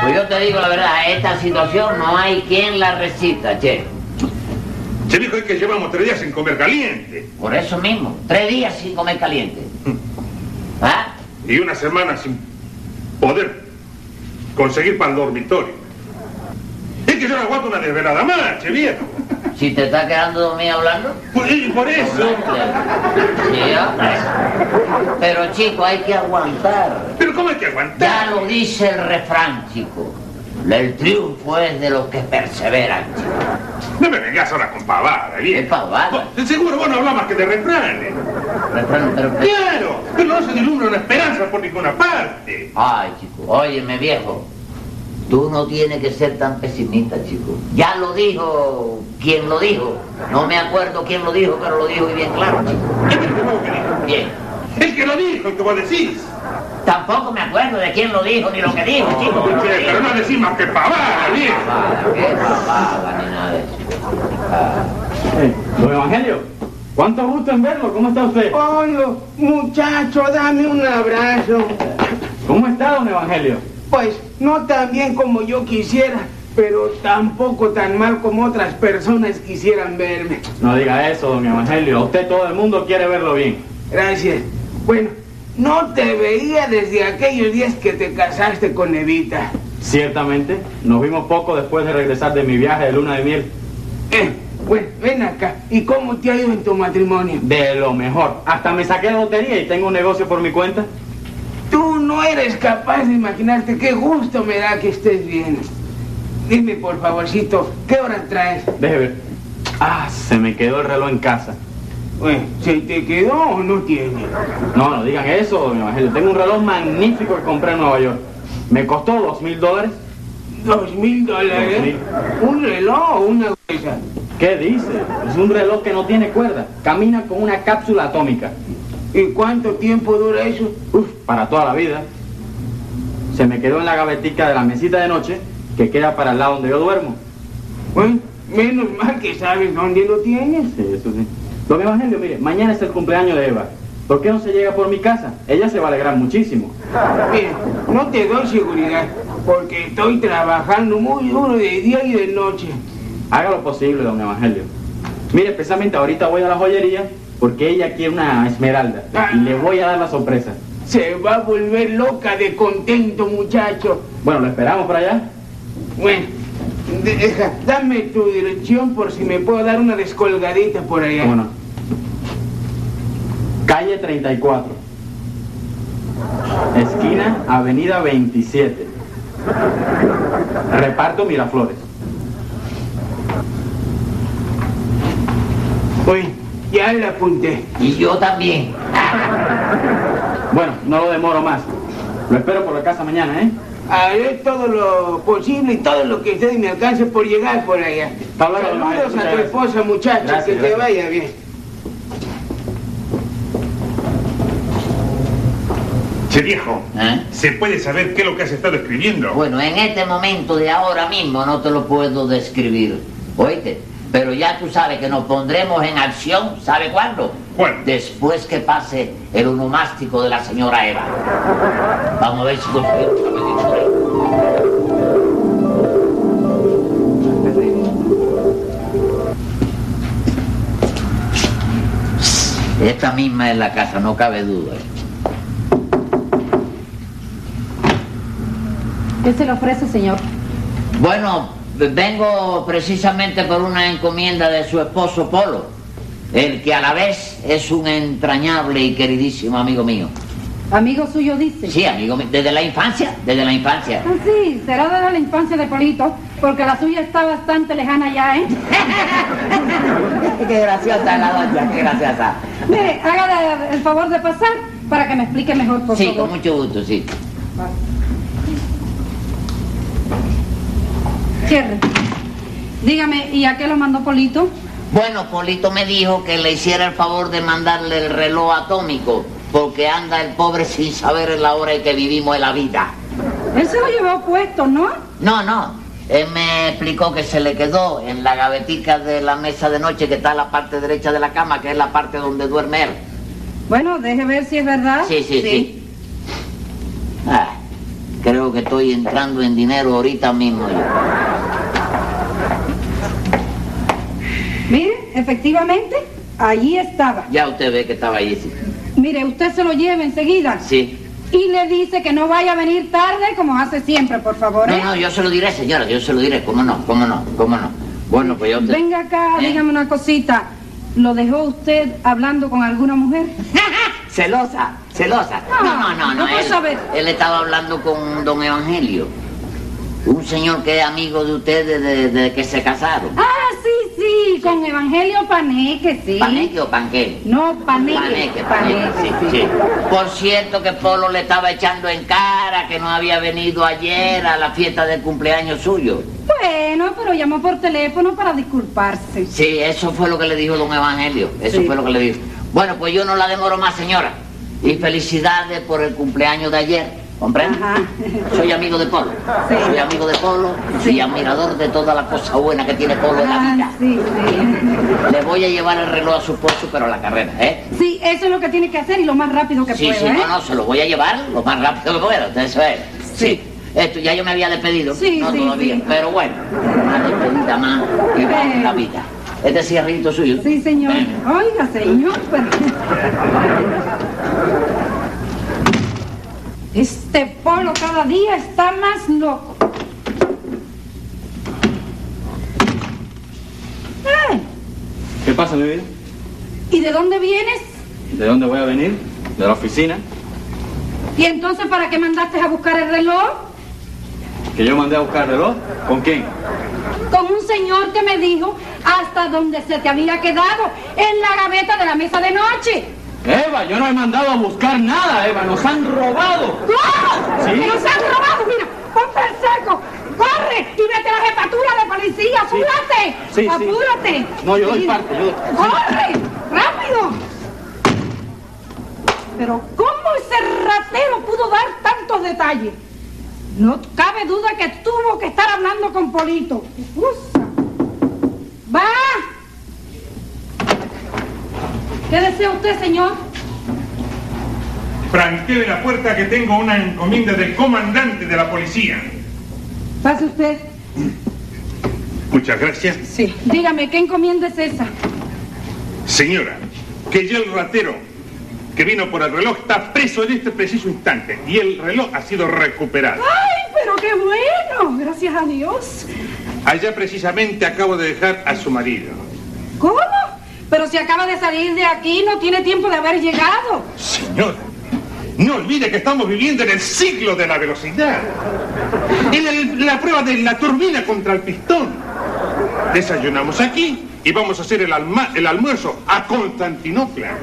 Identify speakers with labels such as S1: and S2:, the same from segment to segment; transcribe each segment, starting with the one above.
S1: Pues digo la verdad, esta situación no hay quien la resista, che.
S2: Se dijo hoy que llevamos tres días sin comer caliente
S1: Por eso mismo, tres días sin comer caliente. ¿Ah?
S2: y una semana sin poder conseguir para el dormitorio. Es que yo no aguanto una desvelada más, che viejo.
S1: Si te está quedando dormido hablando.
S2: Por, y por eso.
S1: Sí, hombre. Pero chico, hay que aguantar.
S2: Pero ¿cómo hay que
S1: Ya
S2: aguantar?
S1: lo dice el refrán, chico. El triunfo es de los que perseveran, chico.
S2: No me vengas ahora con pavada, viejo.
S1: ¿Qué pavada?
S2: Vos- Seguro vos no hablás más que de refranes.
S1: Refrán, pero-
S2: Claro, pero no se dilumbra una esperanza por ninguna parte.
S1: Ay, chico, óyeme, viejo. Tú no tienes que ser tan pesimista, chico. Ya lo dijo quien lo dijo. No me acuerdo quién lo dijo, pero lo dijo y bien claro, chico.
S2: ¿Qué crees que vos querés?
S1: Bien.
S2: El que lo dijo, el que vos decís.
S1: Tampoco me acuerdo de quién lo dijo ni lo que dijo, chico. pero lo
S2: Che,
S1: dijo.
S2: pero no decís más que pavada, viejo.
S1: Pavada, qué pavada, ni nada de eso.
S3: Eh, don Evangelio, cuánto gusto en verlo, ¿cómo está usted?
S4: Polo, muchacho, dame un abrazo.
S3: ¿Cómo está, don Evangelio?
S4: Pues no tan bien como yo quisiera, pero tampoco tan mal como otras personas quisieran verme.
S3: No diga eso, don Evangelio, a usted todo el mundo quiere verlo bien.
S4: Gracias. Bueno, no te veía desde aquellos días que te casaste con Evita.
S3: Ciertamente, nos vimos poco después de regresar de mi viaje de luna de miel.
S4: Eh, bueno, ven acá. ¿Y cómo te ha ido en tu matrimonio?
S3: De lo mejor. Hasta me saqué la lotería y tengo un negocio por mi cuenta.
S4: Tú no eres capaz de imaginarte qué gusto me da que estés bien. Dime, por favorcito, ¿qué hora traes?
S3: Deje ver. Ah, se me quedó el reloj en casa.
S4: Bueno, ¿se te quedó o no tiene?
S3: No, no digan eso, don Evangelio. Tengo un reloj magnífico que compré en Nueva York. Me costó dos mil dólares.
S4: ¿Dos mil dólares? ¿Un reloj o una gruesa?
S3: ¿Qué dice? Es un reloj que no tiene cuerda. Camina con una cápsula atómica.
S4: ¿Y cuánto tiempo dura eso?
S3: Uf, para toda la vida. Se me quedó en la gavetica de la mesita de noche que queda para el lado donde yo duermo.
S4: Bueno, menos mal que sabes dónde lo tienes.
S3: Sí, eso sí. Don Evangelio, mire, mañana es el cumpleaños de Eva. ¿Por qué no se llega por mi casa? Ella se va a alegrar muchísimo.
S4: Mira, no te doy seguridad, porque estoy trabajando muy duro de día y de noche.
S3: Haga lo posible, don Evangelio. Mire, precisamente ahorita voy a la joyería porque ella quiere una esmeralda y le voy a dar la sorpresa.
S4: Se va a volver loca de contento, muchacho.
S3: Bueno, lo esperamos por allá.
S4: Bueno, deja, dame tu dirección por si me puedo dar una descolgadita por allá.
S3: ¿Cómo no? Calle 34. Esquina Avenida 27. Reparto Miraflores.
S4: Bueno, ya la apunté.
S1: Y yo también.
S3: Bueno, no lo demoro más. Lo espero por la casa mañana, ¿eh?
S4: Haré todo lo posible y todo lo que esté de mi alcance por llegar por allá.
S3: Hasta luego, hermano. Muchas
S4: Saludos a tu
S3: gracias.
S4: esposa, muchacho,
S3: Gracias,
S4: que te
S3: gracias.
S4: vaya bien.
S2: Che viejo,
S1: ¿Eh?
S2: ¿se puede saber qué es lo que has estado escribiendo?
S1: Bueno, en este momento de ahora mismo no te lo puedo describir, oíste. Pero ya tú sabes que nos pondremos en acción, ¿sabe cuándo?
S2: ¿Cuándo?
S1: Después que pase el onomástico de la señora Eva. Vamos a ver si conseguimos la petición ahí. Esta misma es la casa, no cabe duda.
S5: ¿Qué se le ofrece, señor?
S1: Bueno, vengo precisamente por una encomienda de su esposo Polo, el que a la vez es un entrañable y queridísimo amigo mío.
S5: Amigo suyo dice.
S1: Sí, amigo mío, desde la infancia, desde la infancia.
S5: Ah, sí, será desde la infancia de Polito, porque la suya está bastante lejana ya, ¿eh?
S1: qué graciosa la doña, qué graciosa.
S5: Mire, haga el favor de pasar para que me explique mejor, por
S1: Sí,
S5: favor.
S1: con mucho gusto, sí.
S5: Cierre. Dígame, ¿y a qué lo mandó Polito?
S1: Bueno, Polito me dijo que le hiciera el favor de mandarle el reloj atómico, porque anda el pobre sin saber en la hora en que vivimos en la vida.
S5: Él se lo llevó puesto, ¿no?
S1: No, no. Él me explicó que se le quedó en la gavetica de la mesa de noche que está a la parte derecha de la cama, que es la parte donde duerme él.
S5: Ah, Bueno, deje ver si es verdad.
S1: Sí, sí, sí. Ah, creo creo que estoy entrando en dinero ahorita mismo. yo.
S5: Mire, efectivamente, allí estaba.
S1: Ya usted ve que estaba ahí. sí.
S5: Mire, usted se lo lleva enseguida.
S1: Sí.
S5: Y le dice que no vaya a venir tarde como hace siempre, por favor.
S1: No,
S5: ¿eh?
S1: no, yo se lo diré, señora, yo se lo diré. ¿Cómo no? ¿Cómo no? ¿Cómo no? Bueno, pues ya usted...
S5: Venga acá,
S1: ¿Eh?
S5: dígame una cosita. ¿Lo dejó usted hablando con alguna mujer?
S1: Celosa, celosa. No, no, no, no.
S5: No puedo
S1: él,
S5: saber.
S1: él estaba hablando con don Evangelio, un señor que es amigo de ustedes desde que se casaron.
S5: Ah, sí, sí, con Evangelio Paneque, sí.
S1: ¿Paneque o panqué?
S5: No, Paneque.
S1: Paneque, paneque, sí, sí. Por cierto que Polo le estaba echando en cara que no había venido ayer a la fiesta del cumpleaños suyo.
S5: Bueno, pero llamó por teléfono para disculparse.
S1: Sí, eso fue lo que le dijo don Evangelio, eso
S5: Sí.
S1: fue lo que le dijo. Bueno, pues yo no la demoro más, señora. Y felicidades por el cumpleaños de ayer. ¿Comprende?
S5: Ajá.
S1: Soy amigo de Polo.
S5: Sí.
S1: Soy amigo de Polo
S5: Sí.
S1: y admirador de toda la cosa buena que tiene Polo en la
S5: Ah,
S1: vida.
S5: sí, sí.
S1: Le voy a llevar el reloj a su pozo, pero a la carrera, ¿eh?
S5: Sí, eso es lo que tiene que hacer y lo más rápido que
S1: sí,
S5: pueda,
S1: sí,
S5: ¿eh?
S1: no, no, se lo voy a llevar lo más rápido que pueda, entonces, eso es.
S5: Sí.
S1: Esto ya yo me había despedido.
S5: Sí,
S1: no
S5: sí,
S1: todavía,
S5: sí.
S1: pero bueno, una despedida más que va en la vida. Este cigarrito suyo.
S5: Sí, señor.
S1: Ven.
S5: Oiga, señor. pues. pero- Este polo cada día está más loco. Ay,
S3: ¿Qué pasa, mi vida?
S5: ¿Y de dónde vienes?
S3: ¿De dónde voy a venir? ¿De la oficina?
S5: ¿Y entonces para qué mandaste a buscar el reloj?
S3: ¿Que yo mandé a buscar reloj? ¿Con quién?
S5: Con un señor que me dijo hasta dónde se te había quedado, en la gaveta de la mesa de noche.
S3: Eva, yo no he mandado a buscar nada, Eva. Nos han robado.
S5: ¡No!
S3: ¿Sí?
S5: ¡Que nos han robado! ¡Mira! ¡Ponte el saco! ¡Corre! ¡Y vete a la jefatura de policía! ¡Apúrate!
S3: Sí, sí.
S5: ¡Apúrate!
S3: No, yo doy
S5: Sí.
S3: parte, yo-
S5: ¡Corre! ¡Rápido! Pero ¿cómo ese ratero pudo dar tantos detalles? No cabe duda que tuvo que estar hablando con Polito. ¡Usa! ¡Va! ¿Qué desea usted, señor?
S2: Franquee la puerta que tengo una encomienda del comandante de la policía.
S5: Pase usted.
S2: Muchas gracias.
S5: Sí. Dígame, ¿qué encomienda es esa?
S2: Señora, que ya el ratero que vino por el reloj está preso en este preciso instante y el reloj ha sido recuperado.
S5: ¡Ay, pero qué bueno! Gracias a Dios.
S2: Allá precisamente acabo de dejar a su marido.
S5: ¿Cómo? Pero si acaba de salir de aquí, no tiene tiempo de haber llegado.
S2: Señora, no olvide que estamos viviendo en el siglo de la velocidad. En el- la prueba de la turbina contra el pistón. Desayunamos aquí y vamos a hacer el, alma- el almuerzo a Constantinopla.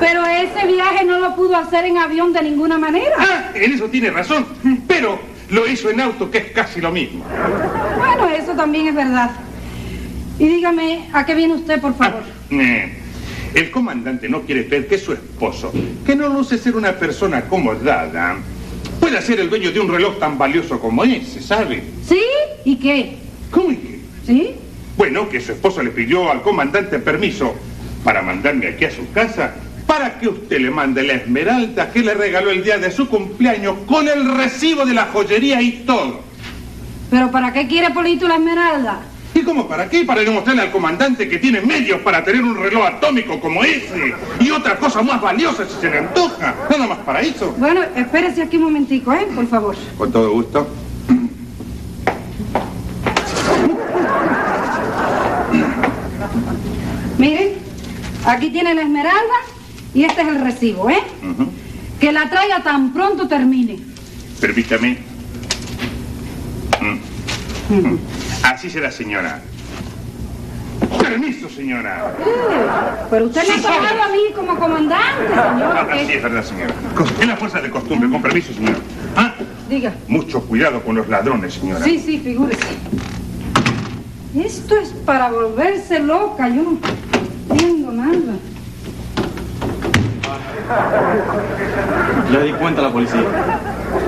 S5: Pero ese viaje no lo pudo hacer en avión de ninguna manera.
S2: Ah, en eso tiene razón, pero lo hizo en auto, que es casi lo mismo.
S5: Ah, Bueno, eso también es verdad. Y dígame, ¿a qué viene usted, por favor?
S2: Eh, El comandante no quiere ver que su esposo, que no luce ser una persona acomodada, pueda ser el dueño de un reloj tan valioso como ese, ¿sabe?
S5: ¿Sí? ¿Y qué?
S2: ¿Cómo es que?
S5: ¿Sí?
S2: Bueno, que su esposo le pidió al comandante permiso para mandarme aquí a su casa para que usted le mande la esmeralda que le regaló el día de su cumpleaños con el recibo de la joyería y todo.
S5: ¿Pero para qué quiere Polito la esmeralda?
S2: ¿Y cómo para qué? Para demostrarle al comandante que tiene medios para tener un reloj atómico como ese y otra cosa más valiosa si se le antoja. Nada más para eso.
S5: Bueno, espérese aquí un momentico, ¿eh? Por favor.
S2: Con todo gusto.
S5: Miren, aquí tiene la esmeralda y este es el recibo, ¿eh?
S2: Ujú.
S5: Que la traiga tan pronto termine.
S2: Permítame. Mm. Mm. Así será, señora. Permiso, señora.
S5: Pero usted me ha tomado a mí como comandante,
S6: Ah,
S5: señor.
S2: Así
S5: ¿qué?
S2: es verdad, señora. Con- Es la fuerza de costumbre, con permiso, señora. Ah,
S5: Diga.
S2: mucho cuidado con los ladrones, señora.
S5: Sí, sí, figúrese. Esto es para volverse loca, yo no entiendo nada.
S3: Le di cuenta a la policía.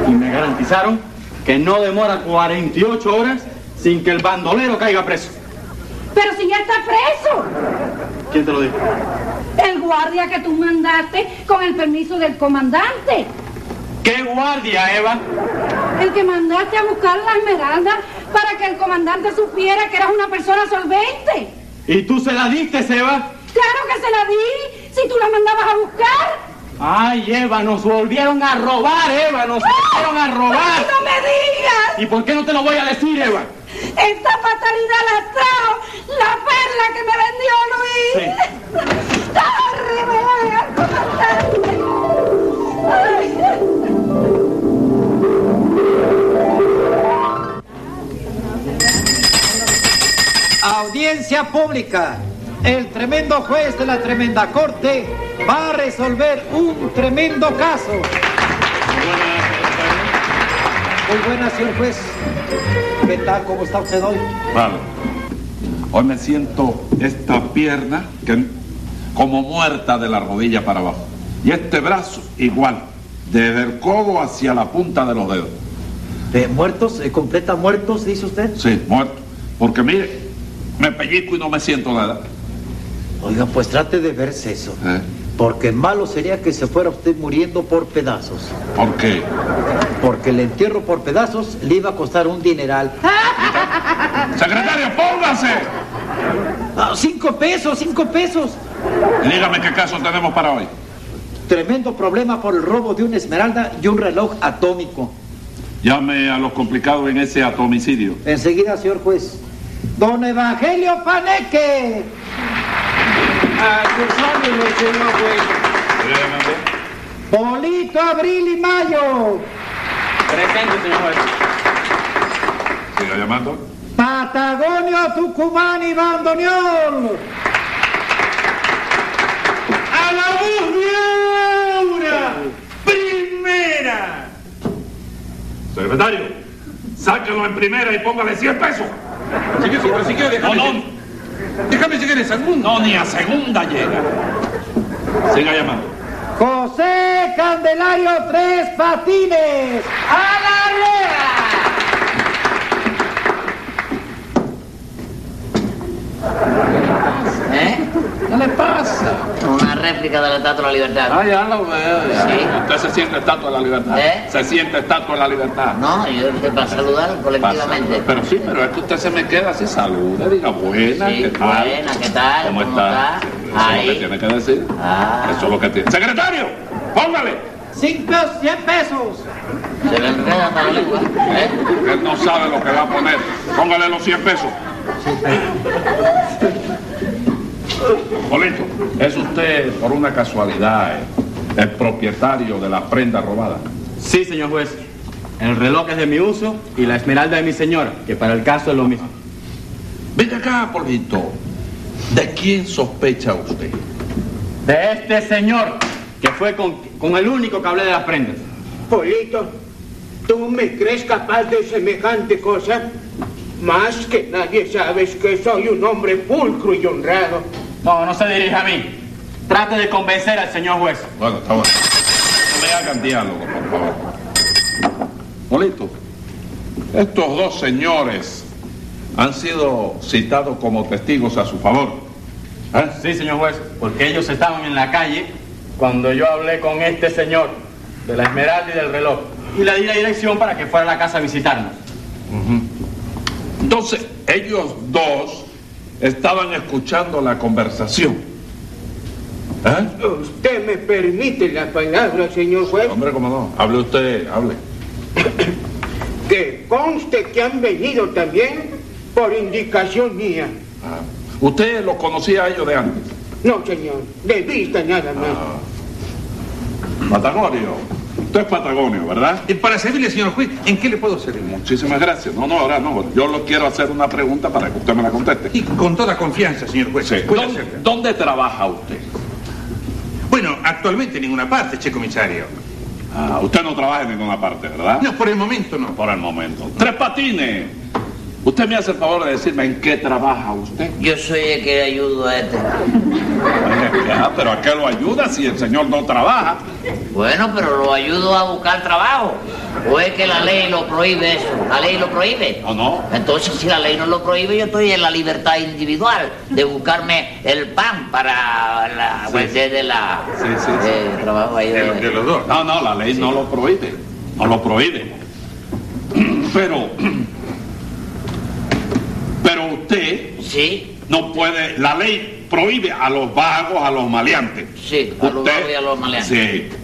S3: Y me garantizaron que no demora 48 horas sin que el bandolero caiga preso.
S5: Pero si ya está preso,
S3: ¿Quién te lo dijo?
S5: el guardia que tú mandaste con el permiso del comandante.
S3: ¿Qué guardia, Eva?
S5: El que mandaste a buscar la esmeralda para que el comandante supiera que eras una persona solvente.
S3: ¿Y tú se la diste, Eva?
S5: Claro que se la di si tú la mandabas a buscar.
S3: Ay, Eva, nos volvieron a robar, Eva, nos volvieron a robar.
S5: Pues ¡No me digas!
S3: ¿Y por qué no te lo voy a decir, Eva?
S5: Esta fatalidad la trajo la perla que me vendió Luis. ¡Corre, me voy a comandante! Ay.
S7: Audiencia pública. El tremendo juez de la tremenda corte va a resolver un tremendo caso. Muy buenas, señor juez. ¿Qué tal? ¿Cómo está usted hoy?
S6: Vale. Hoy me siento esta pierna que, como muerta de la rodilla para abajo. Y este brazo igual, desde el codo hacia la punta de los dedos.
S7: Eh, ¿Muertos? eh, ¿Completa muertos, dice usted?
S6: Sí, muerto. Porque mire, me pellizco y no me siento nada.
S7: Oiga, pues trate de verse eso.
S6: ¿Eh?
S7: Porque malo sería que se fuera usted muriendo por pedazos.
S6: ¿Por qué?
S7: Porque el entierro por pedazos le iba a costar un dineral.
S6: Secretario, póngase.
S7: ¡Ah, ¡Cinco pesos, cinco pesos!
S6: Dígame qué caso tenemos para hoy.
S7: Tremendo problema por el robo de una esmeralda y un reloj atómico.
S6: Llame a los complicados en ese atomicidio.
S7: Enseguida, señor juez. Don Evangelio Paneque.
S4: A sus órdenes, señor juez.
S7: Polito Abril y Mayo.
S3: Presente, señor juez.
S6: Siga llamando.
S7: Patagonio Tucumán y Bandoneón.
S2: ¡A la voz de Aura! ¡Primera!
S6: Secretario,
S2: Sácalo en primera y póngale 100 pesos.
S6: si quieres, pero si quieres,
S2: déjame
S6: No, no. Déjame seguir en segundo. No, ni a segunda llega. Siga llamando.
S7: José Candelario Tres Patines. ¡A la rea!
S1: ¿Eh?
S4: ¿Qué le pasa?
S1: Una réplica de la Estatua de la Libertad.
S4: ya lo veo. ya.
S1: Sí.
S6: Usted se siente estatua de la libertad.
S1: ¿Eh?
S6: Se siente estatua de la libertad.
S1: No, yo te para saludar
S6: Pasa.
S1: colectivamente.
S6: Pero sí, pero es que usted se me queda así, saluda, diga buena,
S1: Sí,
S6: ¿qué tal?
S1: buena, ¿qué tal?
S6: ¿Cómo,
S1: ¿Cómo
S6: está?
S1: está?
S6: Eso es lo
S1: Ahí.
S6: que tiene que decir.
S1: Ah.
S6: Eso es lo que tiene. ¡Secretario! ¡Póngale!
S7: Cinco, cien pesos.
S1: Se le enreda para la lengua.
S6: ¿Eh? Él no sabe lo que va a poner. Póngale los 100 pesos. Polito, ¿es usted, por una casualidad, eh, el propietario de la prenda robada?
S3: Sí, señor juez. El reloj es de mi uso y la esmeralda de mi señora, que para el caso es lo mismo.
S6: Venga acá, Polito. ¿De quién sospecha usted?
S3: De este señor, que fue con, con el único que hablé de las prendas.
S8: Polito, ¿tú me crees capaz de semejante cosa? Más que nadie sabes que soy un hombre pulcro y honrado.
S3: No, no se dirija a mí. Trate de convencer al señor juez.
S6: Bueno, está bueno. No me hagan diálogo, por favor. Molito, estos dos señores han sido citados como testigos a su favor. ¿Eh?
S3: Sí, señor juez, porque ellos estaban en la calle cuando yo hablé con este señor de la esmeralda y del reloj. Y le di la dirección para que fuera a la casa a visitarnos.
S6: Entonces, ellos dos estaban escuchando la conversación. ¿Eh?
S8: ¿Usted me permite la palabra, señor juez?
S6: Hombre, cómo no. Hable usted, hable.
S8: Que conste que han venido también por indicación mía.
S6: Ah, Usted los conocía a ellos de antes.
S8: No, señor, de vista nada más.
S3: Ah.
S6: Patagonio. Usted es Patagonio, ¿verdad?
S2: Y para servirle, señor juez, ¿en qué le puedo servir?
S6: Muchísimas gracias. No, no, ahora no. Yo lo quiero hacer una pregunta para que usted me la conteste.
S2: Y con toda confianza, señor juez.
S6: Sí.
S2: Puede
S6: ¿Dónde,
S2: hacerla.
S6: dónde trabaja usted?
S2: Bueno, actualmente en ninguna parte, che comisario.
S6: Ah, usted no trabaja en ninguna parte, ¿verdad?
S2: No, por el momento no.
S6: Por el momento. Tres patines. Usted me hace el favor de decirme en qué trabaja usted.
S1: Yo soy el que ayudo a este.
S6: Ah, pero ¿a qué lo ayuda si el señor no trabaja?
S1: Bueno, pero lo ayudo a buscar trabajo. ¿O es que la ley lo prohíbe eso? ¿La ley lo prohíbe?
S6: ¿O no?
S1: Entonces, si la ley no lo prohíbe, yo estoy en la libertad individual de buscarme el pan para la
S6: Sí.
S1: pues, de la
S6: Sí, sí, sí.
S1: eh, trabajo ahí.
S2: De,
S1: de-
S2: lo- de los dos.
S6: No, no, la ley no lo prohíbe. No lo prohíbe. Pero. Pero usted
S1: Sí,
S6: no puede. La ley prohíbe a los vagos, a los maleantes.
S1: sí, a los
S6: Usted-
S1: vagos y a los maleantes.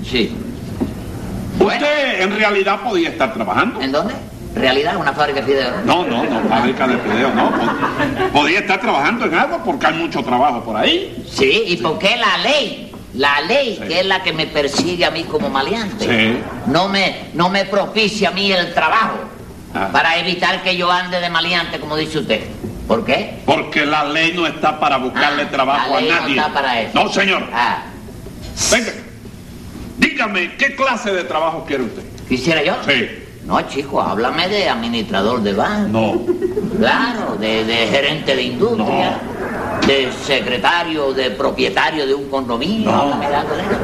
S6: Sí.
S1: Sí. Bueno,
S6: Usted en realidad podía estar trabajando.
S1: ¿en dónde? ¿Realidad? ¿Una fábrica de fideos?
S6: No, no, no, fábrica de fideos, no. Pod- Podía estar trabajando en algo porque hay mucho trabajo por ahí.
S1: Sí, ¿y por qué la ley? La ley,
S6: Sí.
S1: que es la que me persigue a mí como maleante,
S6: Sí.
S1: no, me, no me propicia a mí el trabajo
S6: Ah.
S1: para evitar que yo ande de maleante, como dice usted. ¿Por qué?
S6: Porque la ley no está para buscarle
S1: Ah,
S6: trabajo
S1: la
S6: a
S1: ley no
S6: nadie.
S1: está para eso.
S6: No, señor.
S1: Ah,
S6: Venga. Dígame, ¿qué clase de trabajo quiere usted?
S1: ¿Quisiera yo?
S6: Sí.
S1: No, chico, háblame de administrador de banco.
S6: No.
S1: Claro, de, de gerente de industria, de secretario, de propietario de un condominio.
S6: No.
S1: háblame de algo de eso.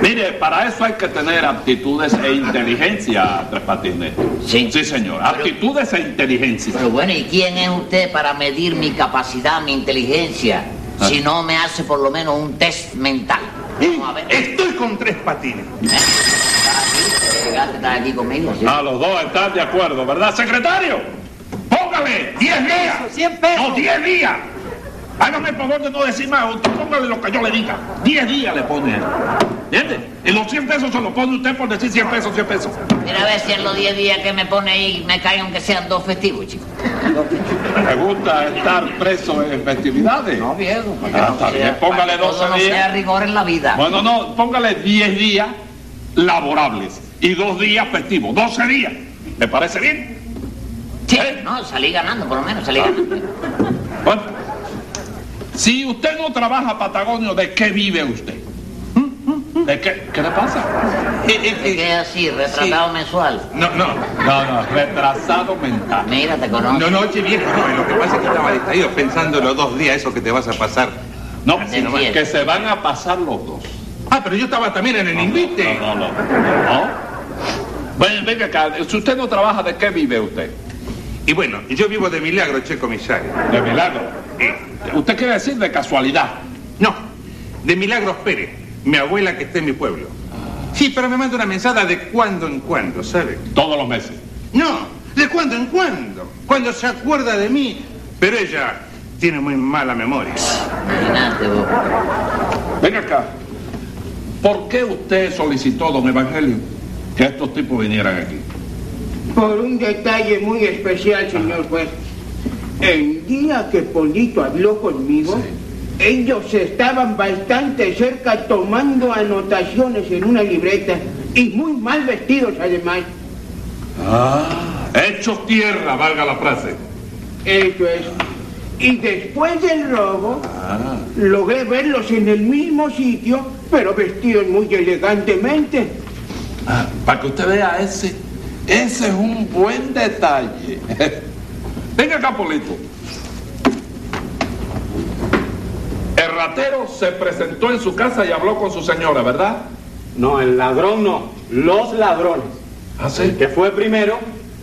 S6: Mire, para eso hay que tener aptitudes e inteligencia, Tres Patines.
S1: Sí.
S6: Sí, señor.
S1: Pero-
S6: Aptitudes e inteligencia.
S1: Pero bueno, ¿y quién es usted para medir mi capacidad, mi inteligencia?
S6: Ah. ¿Eh?
S1: Si no me hace por lo menos un test mental. Vamos a ver.
S2: Estoy con tres patines.
S1: Llegaste, estás aquí conmigo, ¿sí?
S6: Ah, los dos están de acuerdo, ¿verdad, secretario? Póngale 10 días.
S7: 100 pesos.
S6: No, 10 días. Hágame el favor de no decir más. Usted póngale lo que yo le diga. 10 días le pone. él. ¿Entiende? Y los 100 pesos se los pone usted por decir 100 pesos, 100 pesos.
S1: Mira a ver si en los 10 días que me pone ahí me caen aunque sean dos festivos, chicos.
S6: ¿Le gusta estar preso en festividades?
S1: No, viejo. para que
S6: Ah,
S1: no
S6: está
S1: sea-
S6: bien, póngale
S1: para que
S6: 12
S1: todo no
S6: días.
S1: sea rigor en la vida.
S6: Bueno, no, póngale 10 días laborables y dos días festivos, 12 días. ¿Le parece bien?
S1: Sí,
S6: ¿eh?
S1: no, salí ganando, por lo menos salí ganando.
S6: Bueno, si usted no trabaja Patagonio, ¿de qué vive usted? ¿Mm? ¿De qué? ¿Qué le pasa? Eh, eh,
S1: Es que es así, retratado mensual.
S2: No, no.
S6: No, no, retrasado mental.
S1: Mira, te conozco.
S2: No, no, oye, viejo, no. Lo que pasa es que estaba distraído pensando los dos días eso que te vas a pasar.
S6: No,
S1: Así nomás.
S6: que se van a pasar los dos.
S2: Ah, pero yo estaba también en el invite.
S6: No, no, no. ¿No? Ven, venga acá, si usted no trabaja, ¿de qué vive usted?
S2: Y bueno, yo vivo de milagro, che, comisario.
S6: De milagro. ¿Usted quiere decir de casualidad?
S2: No, de Milagros Pérez, mi abuela que está en mi pueblo. Sí, pero me manda una mensada de cuando en cuando, ¿sabe?
S6: Todos los meses.
S2: No, de cuando en cuando, cuando se acuerda de mí. Pero ella tiene muy mala memoria.
S1: Imagínate vos.
S6: Venga acá. ¿Por qué usted solicitó, don Evangelio, que estos tipos vinieran aquí?
S8: Por un detalle muy especial,
S3: Ah.
S8: señor juez. El día que Polito habló conmigo, ellos estaban bastante cerca tomando anotaciones en una libreta y muy mal vestidos además.
S2: Ah.
S6: Hechos tierra, valga la frase.
S8: Eso es. Y después del robo,
S3: Ah.
S8: logré verlos en el mismo sitio, pero vestidos muy elegantemente.
S6: Para que usted vea ese, ese es un buen detalle. Venga acá, Polito. El ratero se presentó en su casa y habló con su señora, ¿verdad?
S3: No, el ladrón no, los ladrones.
S6: ¿Ah,
S3: El que fue primero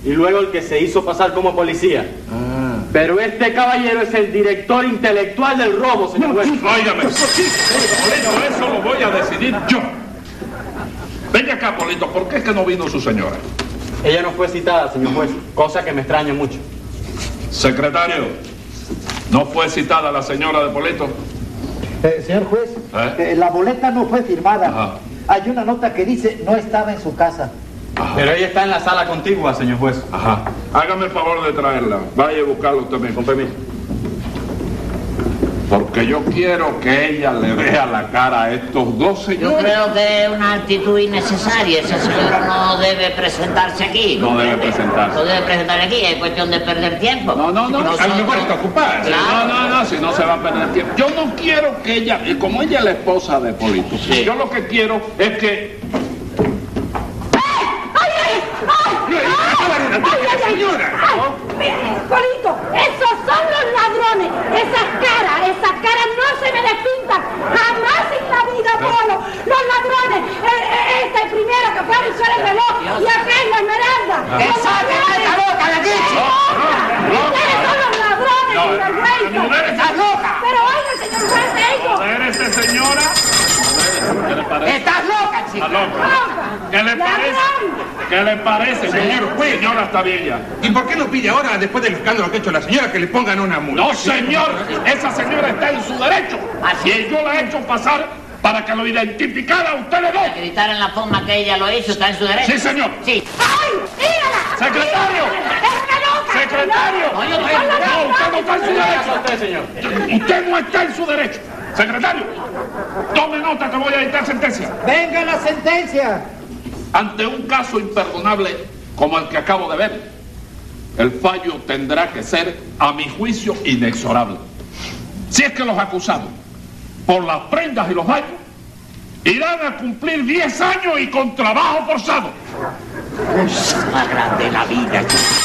S3: y luego el que se hizo pasar como policía.
S6: Ah.
S3: Pero este caballero es el director intelectual del robo, señor juez.
S6: Óigame, Polito, eso lo voy a decidir yo. Venga acá, Polito, ¿por qué es que no vino su señora?
S3: Ella no fue citada, señor juez, cosa que me extraña mucho.
S6: Secretario, ¿no fue citada la señora de Polito?
S9: Eh, señor juez,
S6: ¿Eh?
S9: eh, la boleta no fue firmada.
S6: Ajá.
S9: Hay una nota que dice no estaba en su casa.
S3: Pero ella está en la sala contigua, señor juez.
S6: Ajá. Hágame el favor de traerla. Vaya a buscarla usted mismo.
S3: Con permiso.
S6: Porque yo quiero que ella le vea la cara a estos dos
S1: Yo
S6: señores.
S1: creo que es una actitud innecesaria. Esa señora no debe presentarse aquí. Eh,
S6: No debe presentarse.
S1: No debe presentarse aquí. Es cuestión de perder tiempo.
S6: No, no, no.
S2: A lo mejor está ocupada.
S6: Sí, No,
S1: Claro.
S6: no, no, si no se va a perder tiempo. Yo no quiero que ella, y como ella es la esposa de Polito, yo lo que quiero es que.
S2: No, estaba en la-
S5: ¡Ay, ay, ay!
S2: señora.
S5: ¡Ay! ¡Mira, Polito! ¡Esos son los expresiones, esas caras, esas caras no se me despintan jamás en la vida, Polo. Los ladrones, eh, eh, este el primero que fue a revisar el reloj y acá es la esmeralda. ¡Sáquenme la boca de aquí! ¡Ustedes son los ladrones,
S6: No,
S5: sinvergüenza!
S6: no eres esa
S5: loca! Pero oiga, señor juez, ellos...
S6: esta señora?
S10: ¿Qué le parece?
S5: ¡Estás loca, chica!
S6: Está loca. Ah, ¿Qué le parece? ¿Qué le parece, señor juez? Señora está bella.
S2: ¿Y por qué no pide ahora, después del escándalo que ha hecho la señora, que le pongan una multa?
S6: No, señor. Esa señora está en su derecho.
S1: Así
S6: Y yo la he hecho pasar para que lo identificara a ustedes dos.
S1: Gritar en la forma que ella lo hizo está en su derecho.
S6: Sí, señor.
S1: Sí.
S5: ¡Ay, mírala!
S6: Secretario.
S5: ¡Es una loca!
S6: Secretario.
S1: No, yo no-
S6: No, usted no está en su derecho.
S11: usted, señor.
S6: Usted no está en su derecho. Secretario, tome nota que voy a dictar sentencia.
S7: Venga la sentencia.
S10: Ante un caso imperdonable como el que acabo de ver, el fallo tendrá que ser, a mi juicio, inexorable. Si es que los acusados, por las prendas y los daños,
S6: Irán a cumplir 10 años y con trabajo forzado.
S1: Más grande la vida. chico.